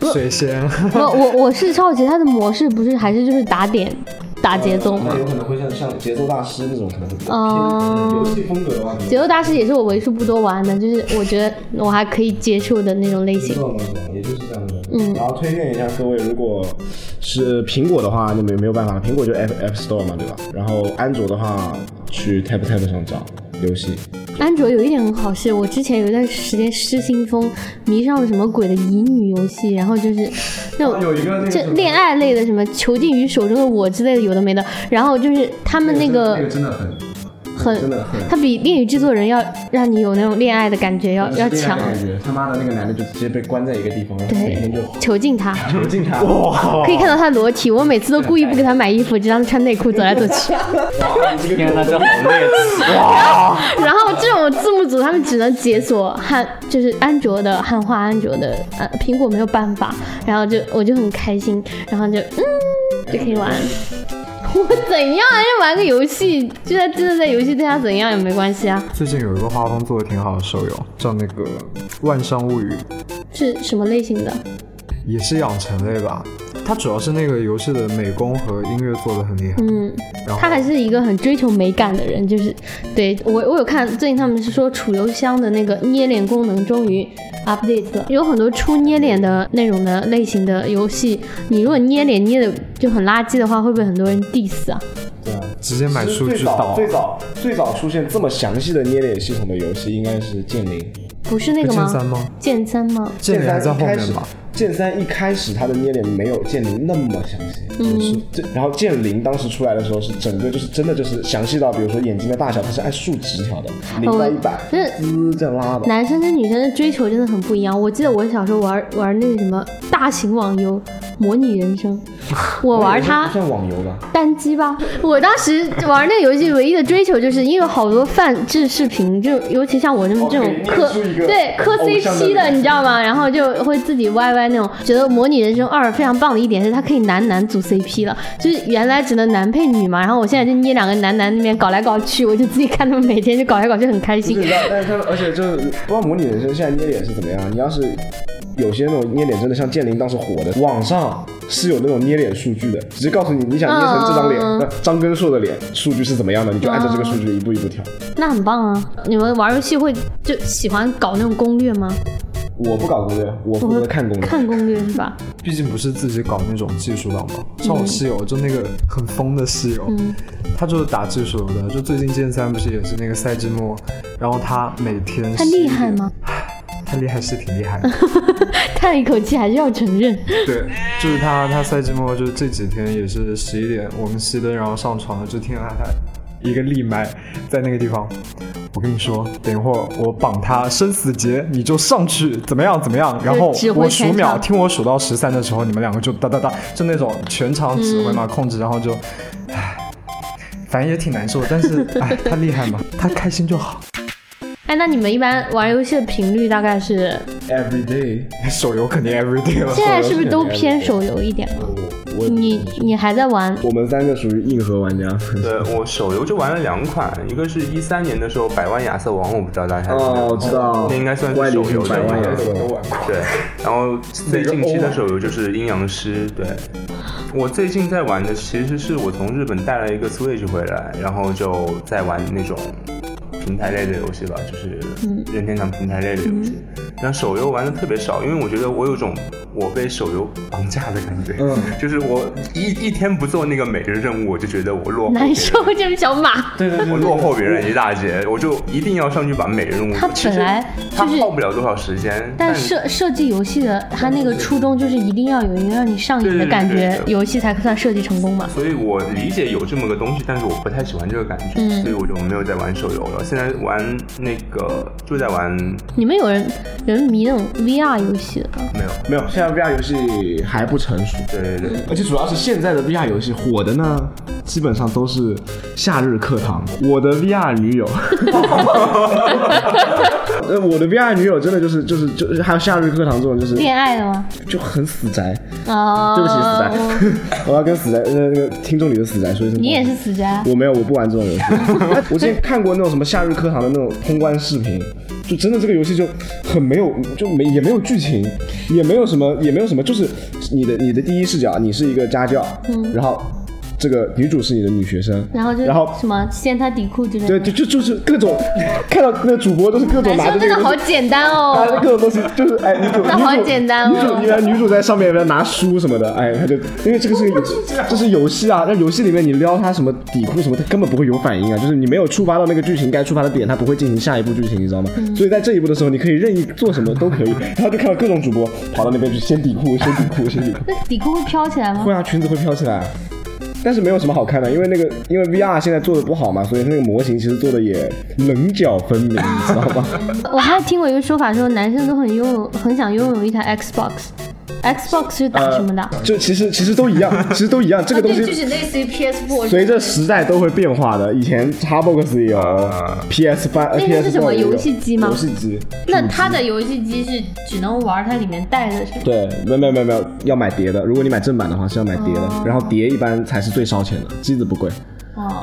Speaker 3: 的，
Speaker 6: 水仙， <laughs>
Speaker 2: 不，我我是好奇它的模式不是还是就是打点、打节奏吗
Speaker 6: 嗯
Speaker 3: 那？有可能会像像节奏大师那种可能会
Speaker 2: 哦
Speaker 3: 偏游戏风格的话，
Speaker 2: 节奏大师也是我为数不多玩的，就是我觉得我还可以接受的那种类
Speaker 3: 这
Speaker 2: 型。
Speaker 3: 种东西也就是这样的。嗯，然后推荐一下各位，如果是苹果的话，那没没有办法了，苹果就 App App Store 嘛，对吧？然后安卓的话，去 Tap Tap 上找游戏。
Speaker 2: 安卓有一点很好，是我之前有一段时间失心疯，迷上了什么鬼的乙女游戏，然后就是那种
Speaker 6: 一个
Speaker 2: 这恋爱类的什么《囚禁于手中的我》之类的，有的没的。然后就是他们那个
Speaker 3: 真的很
Speaker 2: 很，
Speaker 3: 的很
Speaker 2: 它比《恋与制作人》要让你有那种恋爱的感觉，要要强。
Speaker 3: 感觉他妈的那个男的就直接被关在一个地方，然后每天就
Speaker 2: 对，囚禁他，
Speaker 3: 囚禁他。
Speaker 2: 可以看到他裸体。我每次都故意不给他买衣服，只让他穿内裤走来走去。
Speaker 1: 天哪，这好啊累。
Speaker 2: 然后这种字幕组他们只能解锁汉，就是安卓的汉化，安卓的呃苹果没有办法。然后就我就很开心，然后就嗯就可以玩。 <laughs> 我怎样啊？就玩个游戏，就在真的在游戏对他怎样也没关系啊。
Speaker 6: 最近有一个画风做的挺好的手游，叫那个《万商物语》，
Speaker 2: 是什么类型的？
Speaker 6: 也是养成类吧。它主要是那个游戏的美工和音乐做的很厉害，
Speaker 2: 嗯，
Speaker 6: 然后
Speaker 2: 他还是一个很追求美感的人，就是对我我有看最近他们是说楚留香的那个捏脸功能终于 update 了，有很多出捏脸的那种的类型的游戏，你如果捏脸捏的就很垃圾的话，会被很多人 diss 啊。
Speaker 3: 对啊，
Speaker 6: 直接买数
Speaker 3: 最
Speaker 6: 据
Speaker 3: 早
Speaker 6: 岛
Speaker 3: 最早最早出现这么详细的捏脸系统的游戏应该是剑灵。
Speaker 2: 不是那个吗？
Speaker 6: 剑三吗？
Speaker 2: 剑三吗？
Speaker 6: 剑灵还在
Speaker 3: 三一
Speaker 6: 后
Speaker 3: 开
Speaker 6: 面
Speaker 3: 始
Speaker 6: 吧？，
Speaker 3: 剑三一开始它的捏脸没有剑灵那么详细，嗯，这然后剑灵当时出来的时候是整个就是真的就是详细到，比如说眼睛的大小它是按数值调的，
Speaker 6: 哦
Speaker 3: 零到一百，
Speaker 2: 就是
Speaker 3: 滋这样拉的。
Speaker 2: 男生跟女生的追求真的很不一样。我记得我小时候玩玩那个什么大型网游《模拟人生》，我玩它
Speaker 3: 不
Speaker 6: <laughs>
Speaker 3: 算网游吧？
Speaker 2: 单机吧。我当时玩那个游戏唯一的追求就是因为有好多泛制视频，就尤其像我这么这种
Speaker 3: 哦可以
Speaker 2: 磕
Speaker 3: 练出一个
Speaker 2: 对磕
Speaker 3: 偶像的
Speaker 2: CP 的，
Speaker 3: 那种
Speaker 2: 你知道吗？然后就会自己 YY 那种。觉得《模拟人生二》非常棒的一点是它可以男男组 CP 了，就是原来只能男配女嘛，然后我现在就捏两个男男那边搞来搞去，我就自己看他们每天就搞来搞去很开
Speaker 3: 不
Speaker 2: 心
Speaker 3: 是，。 <laughs> 但但是他们，而且就是不知道模拟人生现在捏脸是怎么样。你要是有些那种捏脸真的像剑灵当时火的，网上是有那种捏脸数据的，直接告诉你你想捏成这张脸，
Speaker 2: 嗯
Speaker 6: 哦
Speaker 3: 那张根硕的脸数据是怎么样的，你就按照这个数据一步一步调。
Speaker 2: 那很棒啊！你们玩游戏会就喜欢搞那种攻略吗？
Speaker 3: 我不搞攻略，我负责看攻略。
Speaker 2: 看攻略是吧？
Speaker 6: 毕竟不是自己搞那种技术党嘛。像我室友就那个很疯的室友，他就是打技术的。就最近剑三不是也是那个赛季末，然后他每天
Speaker 2: 他厉害
Speaker 3: <laughs>
Speaker 2: 吗？
Speaker 6: 他厉害是挺厉害的，
Speaker 2: 叹了一口气，还是要承认。
Speaker 6: 对，就是他他赛季末就是这几天也是十一点，我们熄灯然后上床了，就听到他一个立麦在那个地方。我跟你说，等一会儿我绑他生死结，你就上去怎么样怎么样？然后
Speaker 2: 指挥
Speaker 6: 我数
Speaker 2: 全
Speaker 6: 秒，
Speaker 2: 场
Speaker 6: 听我数到十三的时候，你们两个就哒哒哒，就那种全场指挥嘛，控制，然后就，唉，反正也挺难受，但是唉，他厉害嘛，他开心就好。
Speaker 2: 哎，那你们一般玩游戏的频率大概
Speaker 3: 呃
Speaker 2: 是？
Speaker 3: Every day，
Speaker 6: 手游肯定 everyday 了，
Speaker 2: 现在是不是都偏手游一点了？
Speaker 3: 我
Speaker 2: 你你还在玩？ <laughs>
Speaker 3: 我们三个属于硬核玩家。
Speaker 5: 对我手游就玩了两款，一个是一三年的时候《百万亚瑟王》，我不知道大家还记得
Speaker 3: 哦，我
Speaker 5: 吗
Speaker 3: 知道，
Speaker 5: 那应该算是
Speaker 3: 外
Speaker 5: 手
Speaker 3: 力是
Speaker 5: 游
Speaker 3: 百万亚
Speaker 5: 的
Speaker 3: 瑟
Speaker 5: 一
Speaker 3: 王
Speaker 5: 个。对，然后最近期的手游就是《阴阳师》。对，我最近在玩的其实是我从日本带了一个 Switch 回来，然后就在玩那种平台类的游戏吧，就是
Speaker 2: 嗯
Speaker 5: 任天堂平台类的游戏。但手游玩的特别少，因为我觉得我有种我被手游绑架的感觉，就是我一一天不做那个每日任务，我就觉得我落后别人
Speaker 2: <laughs> 难受，这只小马，
Speaker 3: 对对对
Speaker 5: 我落后别人一大截，我就一定要上去把每人物。
Speaker 2: 他
Speaker 5: 其实
Speaker 2: 本来
Speaker 5: 他
Speaker 2: 就是
Speaker 5: 耗不了多少时间，
Speaker 2: 但设设计游戏的他那个初衷就是一定要有一个让你上瘾的感
Speaker 5: 对对
Speaker 2: 觉
Speaker 5: 对，对
Speaker 2: 游戏才算设计成功嘛。
Speaker 5: 所以我理解有这么个东西，但是我不太喜欢这个感觉，
Speaker 2: 嗯
Speaker 5: 所以我就没有在玩手游了。现在玩那个就在玩
Speaker 2: 你们有人有人迷那种 VR 游戏的吗？
Speaker 5: 没有，
Speaker 3: 没有，现在 VR 游戏还不成熟。
Speaker 5: 对对对，
Speaker 3: 而且主要是现在的 VR 游戏火的呢，基本上都是夏日课堂。我的 VR 女 <laughs> 友，呃，我的 VR 女友真的就是就是就是，还有夏日课堂这种就是
Speaker 2: 恋爱的吗？
Speaker 3: 就很死宅。
Speaker 2: 啊，
Speaker 3: 对不起， <laughs> 死宅，我要跟死宅呃那个听众里的死宅说一声。
Speaker 2: 你也是。死宅。
Speaker 3: 我没有，我不玩
Speaker 2: <laughs>
Speaker 3: 这种游戏。哎我之前看过那种什么夏日课堂的那种通关视频，就真的这个游戏就很没有，就没也没有剧情，也没有什么，也没有什么，就是你的你的第一视角，你是一个家教，然后这个女主是你的女学生，
Speaker 2: 嗯然后就
Speaker 3: 然后
Speaker 2: 什么掀他底裤之类
Speaker 3: 对，
Speaker 2: 的。
Speaker 3: 就就就是各种 <laughs> 看到那个主播都是各种拿
Speaker 2: 男
Speaker 3: 着
Speaker 2: 生
Speaker 3: 这
Speaker 2: 真
Speaker 3: 个呃
Speaker 2: 的好
Speaker 3: 东西。
Speaker 2: 简单
Speaker 3: <laughs> 拿着
Speaker 2: 哦，
Speaker 3: 各种东西，就是哎，女主，
Speaker 2: 那好
Speaker 3: 女主
Speaker 2: 简单哦
Speaker 3: 女主，原来女主在上面拿书什么的，哎，她就因为这个是个游，这是游戏啊。那游戏里面你撩她什么底裤什么，她根本不会有反应啊，就是你没有触发到那个剧情该触发的点，她不会进行下一步剧情，你知道吗？
Speaker 2: 嗯
Speaker 3: 所以在这一步的时候，你可以任意做什么都可以。然后就看到各种主播跑到那边去掀底裤，掀底裤，掀底裤。
Speaker 2: 那底裤会飘起来吗
Speaker 3: 会？啊，裙子会飘起来。但是没有什么好看的，因为那个因为 VR 现在做的不好嘛，所以那个模型其实做的也棱角分明，你知道吗？
Speaker 2: 我还听过一个说法，说男生都很拥有，很想拥有一台 Xbox。Xbox 是打什么的？
Speaker 3: 就其实其实都一样，其实都一呃样，这个东西
Speaker 2: 啊是类似于 PS4。
Speaker 3: 随着时代都会变化的。以前 Xbox
Speaker 2: 嗯
Speaker 3: 也有
Speaker 5: 啊
Speaker 3: ，PS 八呃
Speaker 2: 那个是
Speaker 3: PS
Speaker 2: 什么
Speaker 3: 也有
Speaker 2: 游戏机吗
Speaker 3: 游戏机。
Speaker 9: 那它的游戏机是只能玩它里面带的，是吗？
Speaker 3: 对，没有没有没有没有，要买碟的。如果你买正版的话是要买碟的，
Speaker 2: 哦
Speaker 3: 然后碟一般才是最烧钱的，机子不
Speaker 2: 哦
Speaker 3: 贵。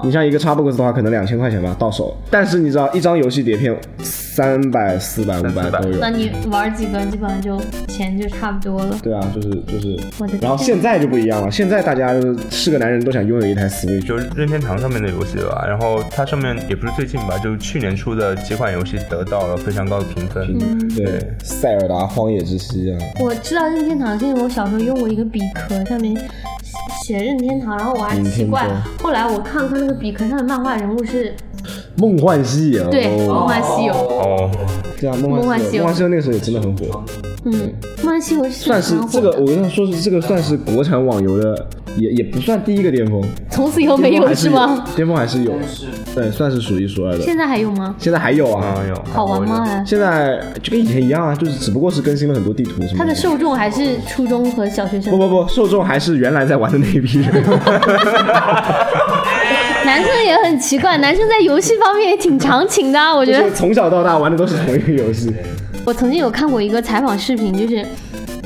Speaker 3: 你像一个 Xbox 的话，可能两千块钱吧到手。但是你知道，一张游戏碟片三百、四百、五百
Speaker 5: 300
Speaker 3: 都有
Speaker 2: 那。你玩几个，基本上就钱就差不多了。
Speaker 3: 对啊，就是就是
Speaker 2: 我的，天
Speaker 3: 然后现在就不一样了，现在大家就是是个男人都想拥有一台 Switch，
Speaker 5: 就是任天堂上面的游戏吧，然后它上面也不是最近吧，就去年出的几款游戏得到了非常高的评分。
Speaker 2: 嗯
Speaker 3: 对，塞尔达、荒野之息啊，
Speaker 2: 我知道任天堂，是因为我小时候用过一个笔壳，上面写任天堂，然后我还奇怪
Speaker 3: Nintendo，
Speaker 2: 后来我看看那个笔壳上的漫画人物是
Speaker 3: 梦幻西游，
Speaker 2: 对《梦幻西游》，
Speaker 5: 哦，
Speaker 3: 对啊，梦
Speaker 2: 梦幻
Speaker 3: 幻
Speaker 2: 西
Speaker 3: 西
Speaker 2: 游
Speaker 3: 游，梦幻西游那个时候也真的很火，
Speaker 2: 嗯，《梦幻西游》是
Speaker 3: 算是
Speaker 2: 很火
Speaker 3: 这个，
Speaker 2: 的
Speaker 3: 我跟他说是这个算是国产网游的，也也不算第一个巅峰，
Speaker 2: 从此以后没
Speaker 3: 巅峰
Speaker 2: 有
Speaker 3: 还
Speaker 2: 是
Speaker 3: 是
Speaker 2: 吗？？
Speaker 3: 巅峰还是有，对，算是数一数二的。
Speaker 2: 现在还有吗？
Speaker 3: 现在还有啊，
Speaker 5: 嗯，有
Speaker 2: 好玩吗？？还
Speaker 3: 现在就跟以前一样啊，就是只不过是更新了很多地图什么。
Speaker 2: 它的受众还是初中和小学
Speaker 3: 不
Speaker 2: 生，
Speaker 3: 不不，受众还是原来在玩的那一批人。
Speaker 2: <laughs> 男生也很奇怪，男生在游戏方面也挺长情的啊、我觉
Speaker 3: 就
Speaker 2: 得
Speaker 3: 是从小到大玩的都是同一个游戏，
Speaker 2: 我曾经有看过一个采访视频，就是。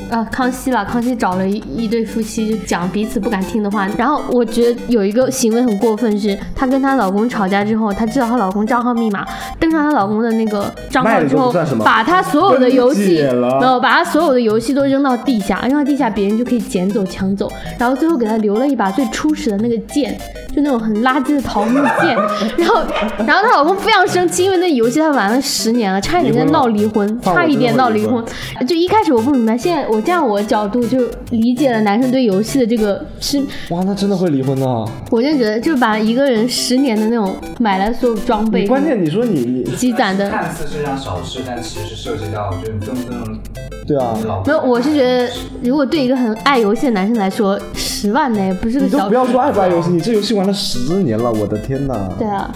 Speaker 2: 啊，康熙啦，康熙找了一一对夫妻，就讲彼此不敢听的话。然后我觉得有一个行为很过分是，她跟她老公吵架之后，她知道她老公账号密码，登上她老公的那个账号
Speaker 3: 卖了
Speaker 2: 之
Speaker 3: 都
Speaker 2: 后
Speaker 3: 不算什，么
Speaker 2: 把她所有的游戏，
Speaker 3: 分解了
Speaker 2: 没有把她所有的游戏都扔到地下，扔到地下别人就可以捡走、抢走。然后最后给她留了一把最初始的那个剑，就那种很垃圾的桃木剑。然后，然后她老公非常生气，因为那游戏她玩了十年了，差一点跟她闹离婚。
Speaker 3: 放我
Speaker 2: 差一
Speaker 3: 真的
Speaker 2: 点
Speaker 3: 会
Speaker 2: 闹
Speaker 3: 离
Speaker 2: 离
Speaker 3: 婚
Speaker 2: 婚。就一开始我不明白，现在我站我的角度就理解了男生对游戏的这个是，
Speaker 3: 哇，那真的会离婚啊的、
Speaker 2: 我就觉得就把一个人十年的那种买了所有装备
Speaker 3: 你，关键你说你你
Speaker 2: 积攒的。
Speaker 1: 看似是件小事，但其实涉及到就是更更
Speaker 3: 对啊，
Speaker 1: 老
Speaker 2: 没有，我是觉得，如果对一个很爱游戏的男生来说，十万呢也不是个
Speaker 3: 你都
Speaker 2: 小
Speaker 3: 不要说爱不爱游戏，你这游戏玩了十年了，我的天哪！
Speaker 2: 对啊，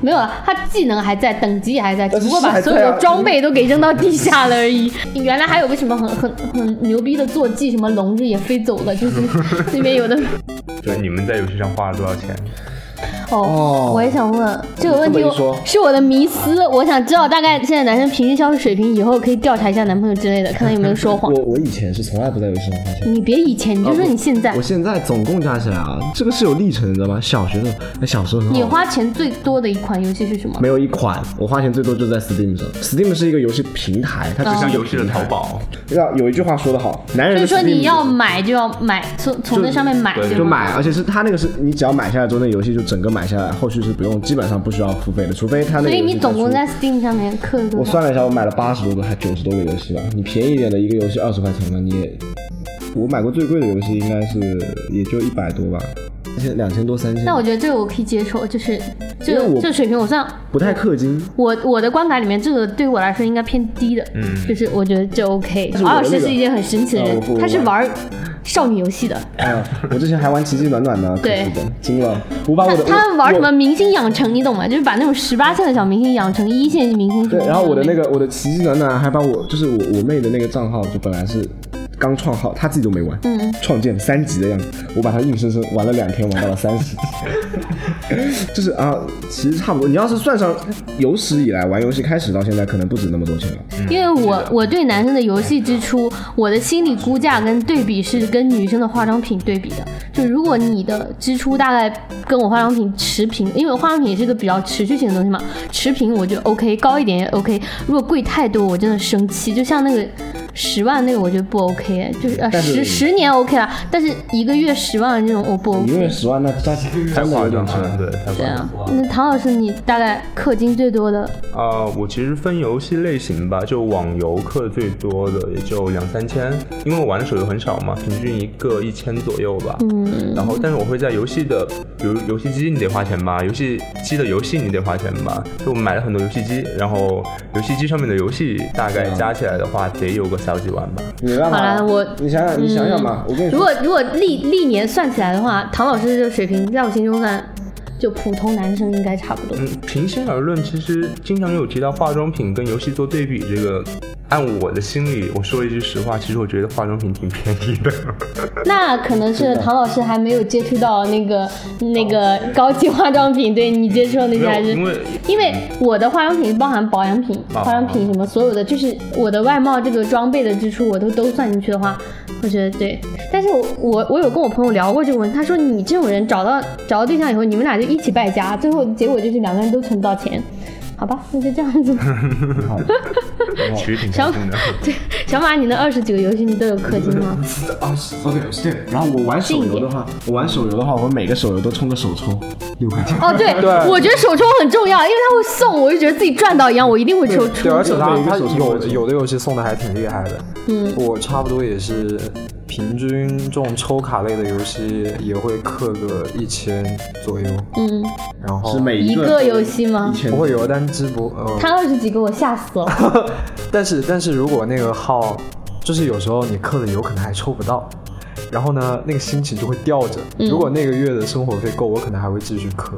Speaker 2: 没有啊，他技能还在，等级也还在，只
Speaker 3: 但是
Speaker 2: 不过把
Speaker 3: 还
Speaker 2: 所
Speaker 3: 在啊
Speaker 2: 有的装备都给扔到地下了而已。原来还有个什么很很很牛逼的坐骑，什么龙日也飞走了，就是 <laughs> 那边有的
Speaker 5: 就你们在游戏上花了多少钱？
Speaker 2: 哦
Speaker 3: 哦，
Speaker 2: 我也想问这个问题
Speaker 3: 这么一说
Speaker 2: 是我的迷思，我想知道大概现在男生平均消费水平，以后可以调查一下男朋友之类的，看他有没有说谎
Speaker 3: <laughs> 我。我以前是从来不在游戏上花钱。
Speaker 2: 你别以前，你就说你现在，
Speaker 3: 哦我现在总共加起来啊，这个是有历程，你知道吗？小学的，哎小时候很好
Speaker 2: 你
Speaker 3: 玩
Speaker 2: 花钱最多的一款游戏是什么？
Speaker 3: 没有一款，我花钱最多就在 Steam 上。Steam 是一个游戏平台，它只
Speaker 5: 像
Speaker 3: 是
Speaker 5: 游戏的淘宝，
Speaker 3: 要有一句话说得好，男人
Speaker 2: 就
Speaker 3: 的
Speaker 2: 是嗯说
Speaker 3: Steam
Speaker 2: 你要
Speaker 3: 是
Speaker 2: 买就要买，从从那上面买
Speaker 5: 对
Speaker 2: 对
Speaker 3: 就
Speaker 2: 吗？
Speaker 3: 买，而且是它那个是你只要买下来之后，那游戏就整个买下来，后续是不用，基本上不需要付费的，除非它
Speaker 2: 所
Speaker 3: 那个游
Speaker 2: 以
Speaker 3: 戏
Speaker 2: 你总共
Speaker 3: 出
Speaker 2: 在 Steam 上面氪了多
Speaker 3: 我
Speaker 2: 少？
Speaker 3: 算了一下，我买了八十多个还九十多个游戏吧。你便宜一点的一个游戏二十块钱嘛，你也，我买过最贵的游戏应该是也就一百多吧，现在两千多三千。
Speaker 2: 那我觉得这个我可以接受，就是这
Speaker 3: 因为
Speaker 2: 个
Speaker 3: 我
Speaker 2: 这个水平我算。
Speaker 3: 不太氪金，
Speaker 2: 我我的观感里面，这个对我来说应该偏低的，
Speaker 5: 嗯
Speaker 2: 就是我觉得这 OK。
Speaker 3: 但是我
Speaker 2: 敖老
Speaker 3: 的
Speaker 2: 师
Speaker 3: 那个
Speaker 2: 是一件很神奇的
Speaker 3: 啊
Speaker 2: 人
Speaker 3: 我不，
Speaker 2: 他是玩少女游戏的，<laughs>
Speaker 3: 哎呀，我之前还玩《奇迹暖暖》呢，可
Speaker 2: 对
Speaker 3: 是的，惊了！我把我
Speaker 2: 他
Speaker 3: 的
Speaker 2: 他
Speaker 3: 我
Speaker 2: 玩什
Speaker 3: 我
Speaker 2: 么明星养成，你懂吗？就是把那种十八线的小明星养成一线明星。
Speaker 3: 对，然后我的那个我的奇迹暖暖还把我就是我我妹的那个账号，就本来是刚创号，她自己都没玩，嗯，创建三级的样子，我把它硬生生玩了两天，玩到了三十级， <laughs> 就是啊，其实差不多。你要是算上有史以来玩游戏开始到现在，可能不止那么多钱了。
Speaker 2: 因为我我对男生的游戏支出，我的心理估价跟对比是跟女生的化妆品对比的。就如果你的支出大概跟我化妆品持平，因为我化妆品也是一个比较持续性的东西嘛，持平我就 OK，高一点也 OK。如果贵太多，我真的生气。就像那个十万那个，我觉得不 OK，就是呃
Speaker 3: 但是
Speaker 2: 十十年 OK 了，但是一个月十万这种我不 OK。
Speaker 3: 一个月十万，那那
Speaker 5: 太
Speaker 3: 真的
Speaker 5: 夸
Speaker 3: 有
Speaker 5: 张
Speaker 3: 点钱
Speaker 5: 了，对，太夸
Speaker 2: 对
Speaker 5: 张
Speaker 2: 啊
Speaker 5: 了。，
Speaker 2: 那唐老师你大概氪金最多的
Speaker 5: 啊、我其实分游戏类型吧，就网游氪最多的也就两三千，因为我玩的手游很少嘛，平均一个一千左右吧。嗯。然后，但是我会在游戏的，比如游戏机你得花钱吧，游戏机的游戏你得花钱吧，就我买了很多游戏机，然后游戏机上面的游戏大概加起来的话，得有个小几万吧。
Speaker 3: 没办法。
Speaker 2: 好了我
Speaker 3: 你想想，你想想嘛，我跟你
Speaker 2: 如
Speaker 3: 说，
Speaker 2: 果如果历历年算起来的话，唐老师这个水平在我心中算就普通男生应该差不多。
Speaker 5: 嗯，平心而论，其实经常有提到化妆品跟游戏做对比，这个按我的心里，我说一句实话，其实我觉得化妆品挺便宜的。
Speaker 2: 那可能是唐老师还没有接触到那个那个高级化妆品，对你接触到那些还是
Speaker 5: 没有因为
Speaker 2: 因为我的化妆品是包含保养品、
Speaker 5: 啊
Speaker 2: 化妆品什么所有的，就是我的外貌这个装备的支出我都都算进去的话，我觉得对。但是我我我有跟我朋友聊过这个问题，他说你这种人找到找到对象以后，你们俩就一起败家，最后结果就是两个人都存不到钱。好吧，那就这样子吧。
Speaker 5: 其实挺
Speaker 2: 小
Speaker 5: 开心的。
Speaker 2: 对， <laughs> 小马，你那二十几个游戏你都有氪金
Speaker 6: <laughs>
Speaker 2: 吗？
Speaker 3: 啊是，OK，是对。然后我玩手游的话，我玩手游的话，我每个手游都充个手抽，六块钱。
Speaker 2: 哦，对，我觉得手抽很重要，因为他会送，我就觉得自己赚到一样，我一定会抽出
Speaker 6: 对，。而且它
Speaker 3: 每一个
Speaker 6: 它
Speaker 3: 手机
Speaker 6: 有
Speaker 3: 都有
Speaker 6: 有的游戏送的还挺厉害的，嗯，我差不多也是平均这种抽卡类的游戏也会氪个一千左右，
Speaker 2: 嗯，
Speaker 6: 然后
Speaker 3: 是每
Speaker 2: 一
Speaker 3: 个
Speaker 2: 个游戏吗
Speaker 3: 一？千
Speaker 6: 不会有的，但直播呃，
Speaker 2: 他二十几个，我吓死了。
Speaker 6: 但是但是如果那个号，就是有时候你氪了，有可能还抽不到。然后呢，那个心情就会吊着。
Speaker 2: 嗯
Speaker 6: 如果那个月的生活费够，我可能还会继续氪。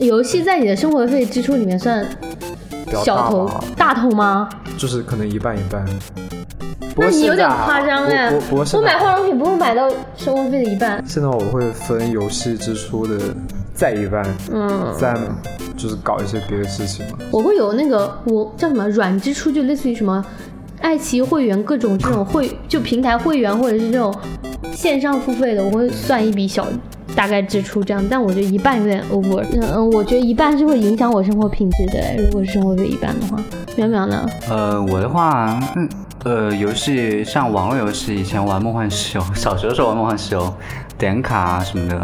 Speaker 2: 游戏在你的生活费支出里面算
Speaker 6: 比较
Speaker 2: 小
Speaker 6: 大
Speaker 2: 头
Speaker 6: 吧
Speaker 2: 大头吗？
Speaker 6: 就是可能一半一半。不
Speaker 2: 那
Speaker 6: 过
Speaker 2: 你有
Speaker 6: 现在
Speaker 2: 点
Speaker 6: 啊
Speaker 2: 夸张哎
Speaker 6: 我我！
Speaker 2: 我
Speaker 6: 我
Speaker 2: 买化妆品不会买到生活费的一半。
Speaker 6: 现在我会分游戏支出的再一半，
Speaker 2: 嗯，
Speaker 6: 再就是搞一些别的事情嘛。
Speaker 2: 我会有那个我叫什么软支出，就类似于什么爱奇艺会员各种这种会就平台会员或者是这种线上付费的，我会算一笔小大概支出这样，但我觉得一半有点 over。嗯嗯，我觉得一半是会影响我生活品质的，如果是生活费一半的话，淼淼呢？
Speaker 1: 呃，我的话，嗯，呃，游戏像网络游戏，以前玩《梦幻西游》，小学的时候玩《梦幻西游》，点卡啊什么的，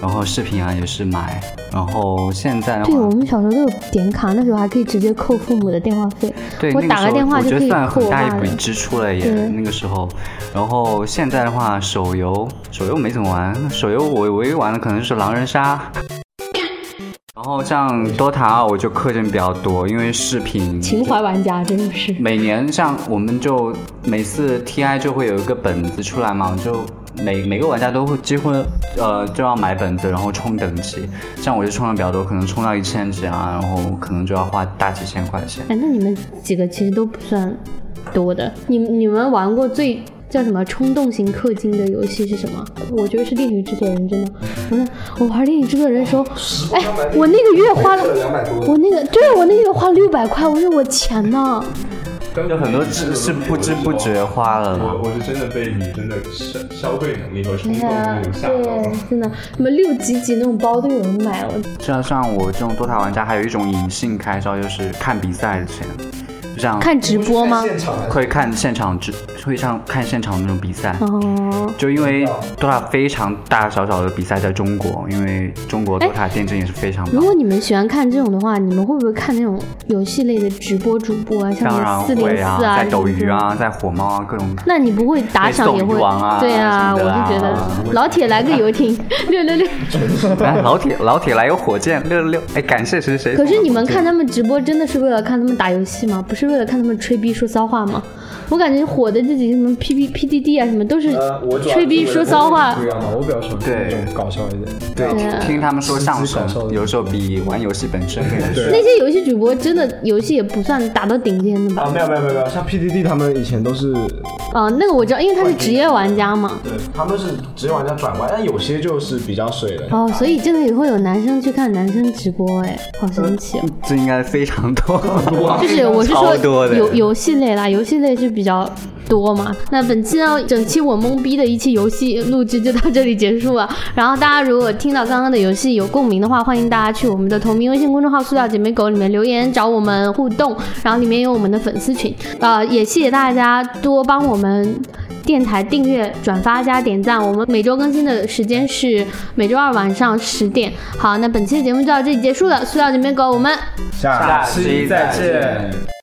Speaker 1: 然后视频啊也是买，然后现在的
Speaker 2: 对我
Speaker 1: 话，
Speaker 2: 们小时候都有点卡，那时候还可以直接扣父母的电话费，
Speaker 1: <laughs> 对
Speaker 2: 我
Speaker 1: 那个
Speaker 2: 打
Speaker 1: 时候
Speaker 2: 电话
Speaker 1: 我
Speaker 2: 就
Speaker 1: 觉
Speaker 2: 可
Speaker 1: 得
Speaker 2: 以
Speaker 1: 算
Speaker 2: 扣
Speaker 1: 很
Speaker 2: 我
Speaker 1: 大
Speaker 2: 爸
Speaker 1: 一笔
Speaker 2: 了。
Speaker 1: 支出了也
Speaker 2: 对
Speaker 1: 那个时候，然后现在的话，手游手游没怎么玩，手游我唯一玩的可能是狼人杀。然后像 DOTA 我就氪金比较多，因为视频
Speaker 2: 情怀玩家真的是，
Speaker 1: 每年像我们就每次 TI 就会有一个本子出来嘛，就每每个玩家都会几乎呃就要买本子，然后冲等级。像我就冲的比较多，可能冲到一千级啊，然后可能就要花大几千块钱。
Speaker 2: 哎，那你们几个其实都不算多的，你你们玩过最。叫什么冲动型氪金的游戏是什么？我觉得是《恋与制作人》，真的。我那我玩《恋与制作人》的时候，哎，我那个月花了，我那个对我那个月花了六百块，我说我钱呢？
Speaker 1: 有很多是是不知不觉花了，
Speaker 5: 我我是真的被你真的消消费能力和冲动
Speaker 2: 哎
Speaker 5: 吓到了。
Speaker 2: 对，真的，什么六级级那种包都有人买，我
Speaker 1: 就像我这种 DOTA 玩家，还有一种隐性开销就是看比赛的钱，就像
Speaker 2: 看直播吗？
Speaker 1: 会看现场直会上看现场那种比赛。
Speaker 2: 哦，
Speaker 1: 就因为 DOTA 非常大大小小的比赛在中国，因为中国
Speaker 2: 哎
Speaker 1: DOTA 电竞也是非常
Speaker 2: 如
Speaker 1: 棒。
Speaker 2: 果你们喜欢看这种的话，你们会不会看那种游戏类的直播主播啊，像
Speaker 1: 当然
Speaker 2: 什四
Speaker 1: 会
Speaker 2: 零
Speaker 1: 啊，
Speaker 2: 四
Speaker 1: 在
Speaker 2: 什么
Speaker 1: 斗
Speaker 2: 这
Speaker 1: 鱼
Speaker 2: 种？
Speaker 1: 啊，在火猫啊，各种
Speaker 2: 那你不会打赏也
Speaker 1: 那
Speaker 2: 会
Speaker 1: 送鱼王啊
Speaker 2: 对啊，我
Speaker 1: 什么
Speaker 2: 就
Speaker 1: 的啊
Speaker 2: 觉
Speaker 1: <laughs>
Speaker 2: 得老铁来个游艇 <laughs> 六六六。
Speaker 1: 哎，老铁老铁来个火箭六六六，哎，感谢谁谁。
Speaker 2: 可是你们看他们直播，真的是为了看他们打游戏吗？不是为了看他们吹逼说骚话吗？我感觉火的这几什么 P P P D D 啊什么都是
Speaker 3: 呃
Speaker 2: 吹逼说骚话
Speaker 6: 不一。样嘛，我比较喜欢看
Speaker 1: 对
Speaker 6: 那种搞笑一点。
Speaker 1: 对
Speaker 2: 对啊
Speaker 1: 听听他们说相
Speaker 6: 搞笑
Speaker 1: 声，
Speaker 6: 的
Speaker 1: 有时候比玩游戏本身更有趣。
Speaker 2: 那些游戏主播真的游戏也不算打到顶尖的吧？
Speaker 3: 啊，没有没有没有没有，像 PDD 他们以前都是，
Speaker 2: 啊，那个我知道，因为他是职业玩家嘛。
Speaker 3: 对，他们是职业玩家转过来，但有些就是比较水的。
Speaker 2: 哦，所以真的也会有男生去看男生直播，哎，好神奇哦！
Speaker 1: 这应该非常多，啊
Speaker 2: 就是我是说
Speaker 1: 超多的
Speaker 2: 游游戏类啦，游戏类是比较多嘛。那本期呢，整期我懵逼的一期游戏录制就到这里结束了。 <laughs> 然后大家如果听到刚刚的游戏有共鸣的话，欢迎大家去我们的同名微信公众号“塑料姐妹狗”里面留言找我们互动，然后里面有我们的粉丝群。呃，也谢谢大家多帮我们。电台订阅、转发加点赞，我们每周更新的时间是每周二晚上十点。好，那本期的节目就到这里结束了，塑料姐妹狗，我们
Speaker 3: 下
Speaker 1: 下期再见。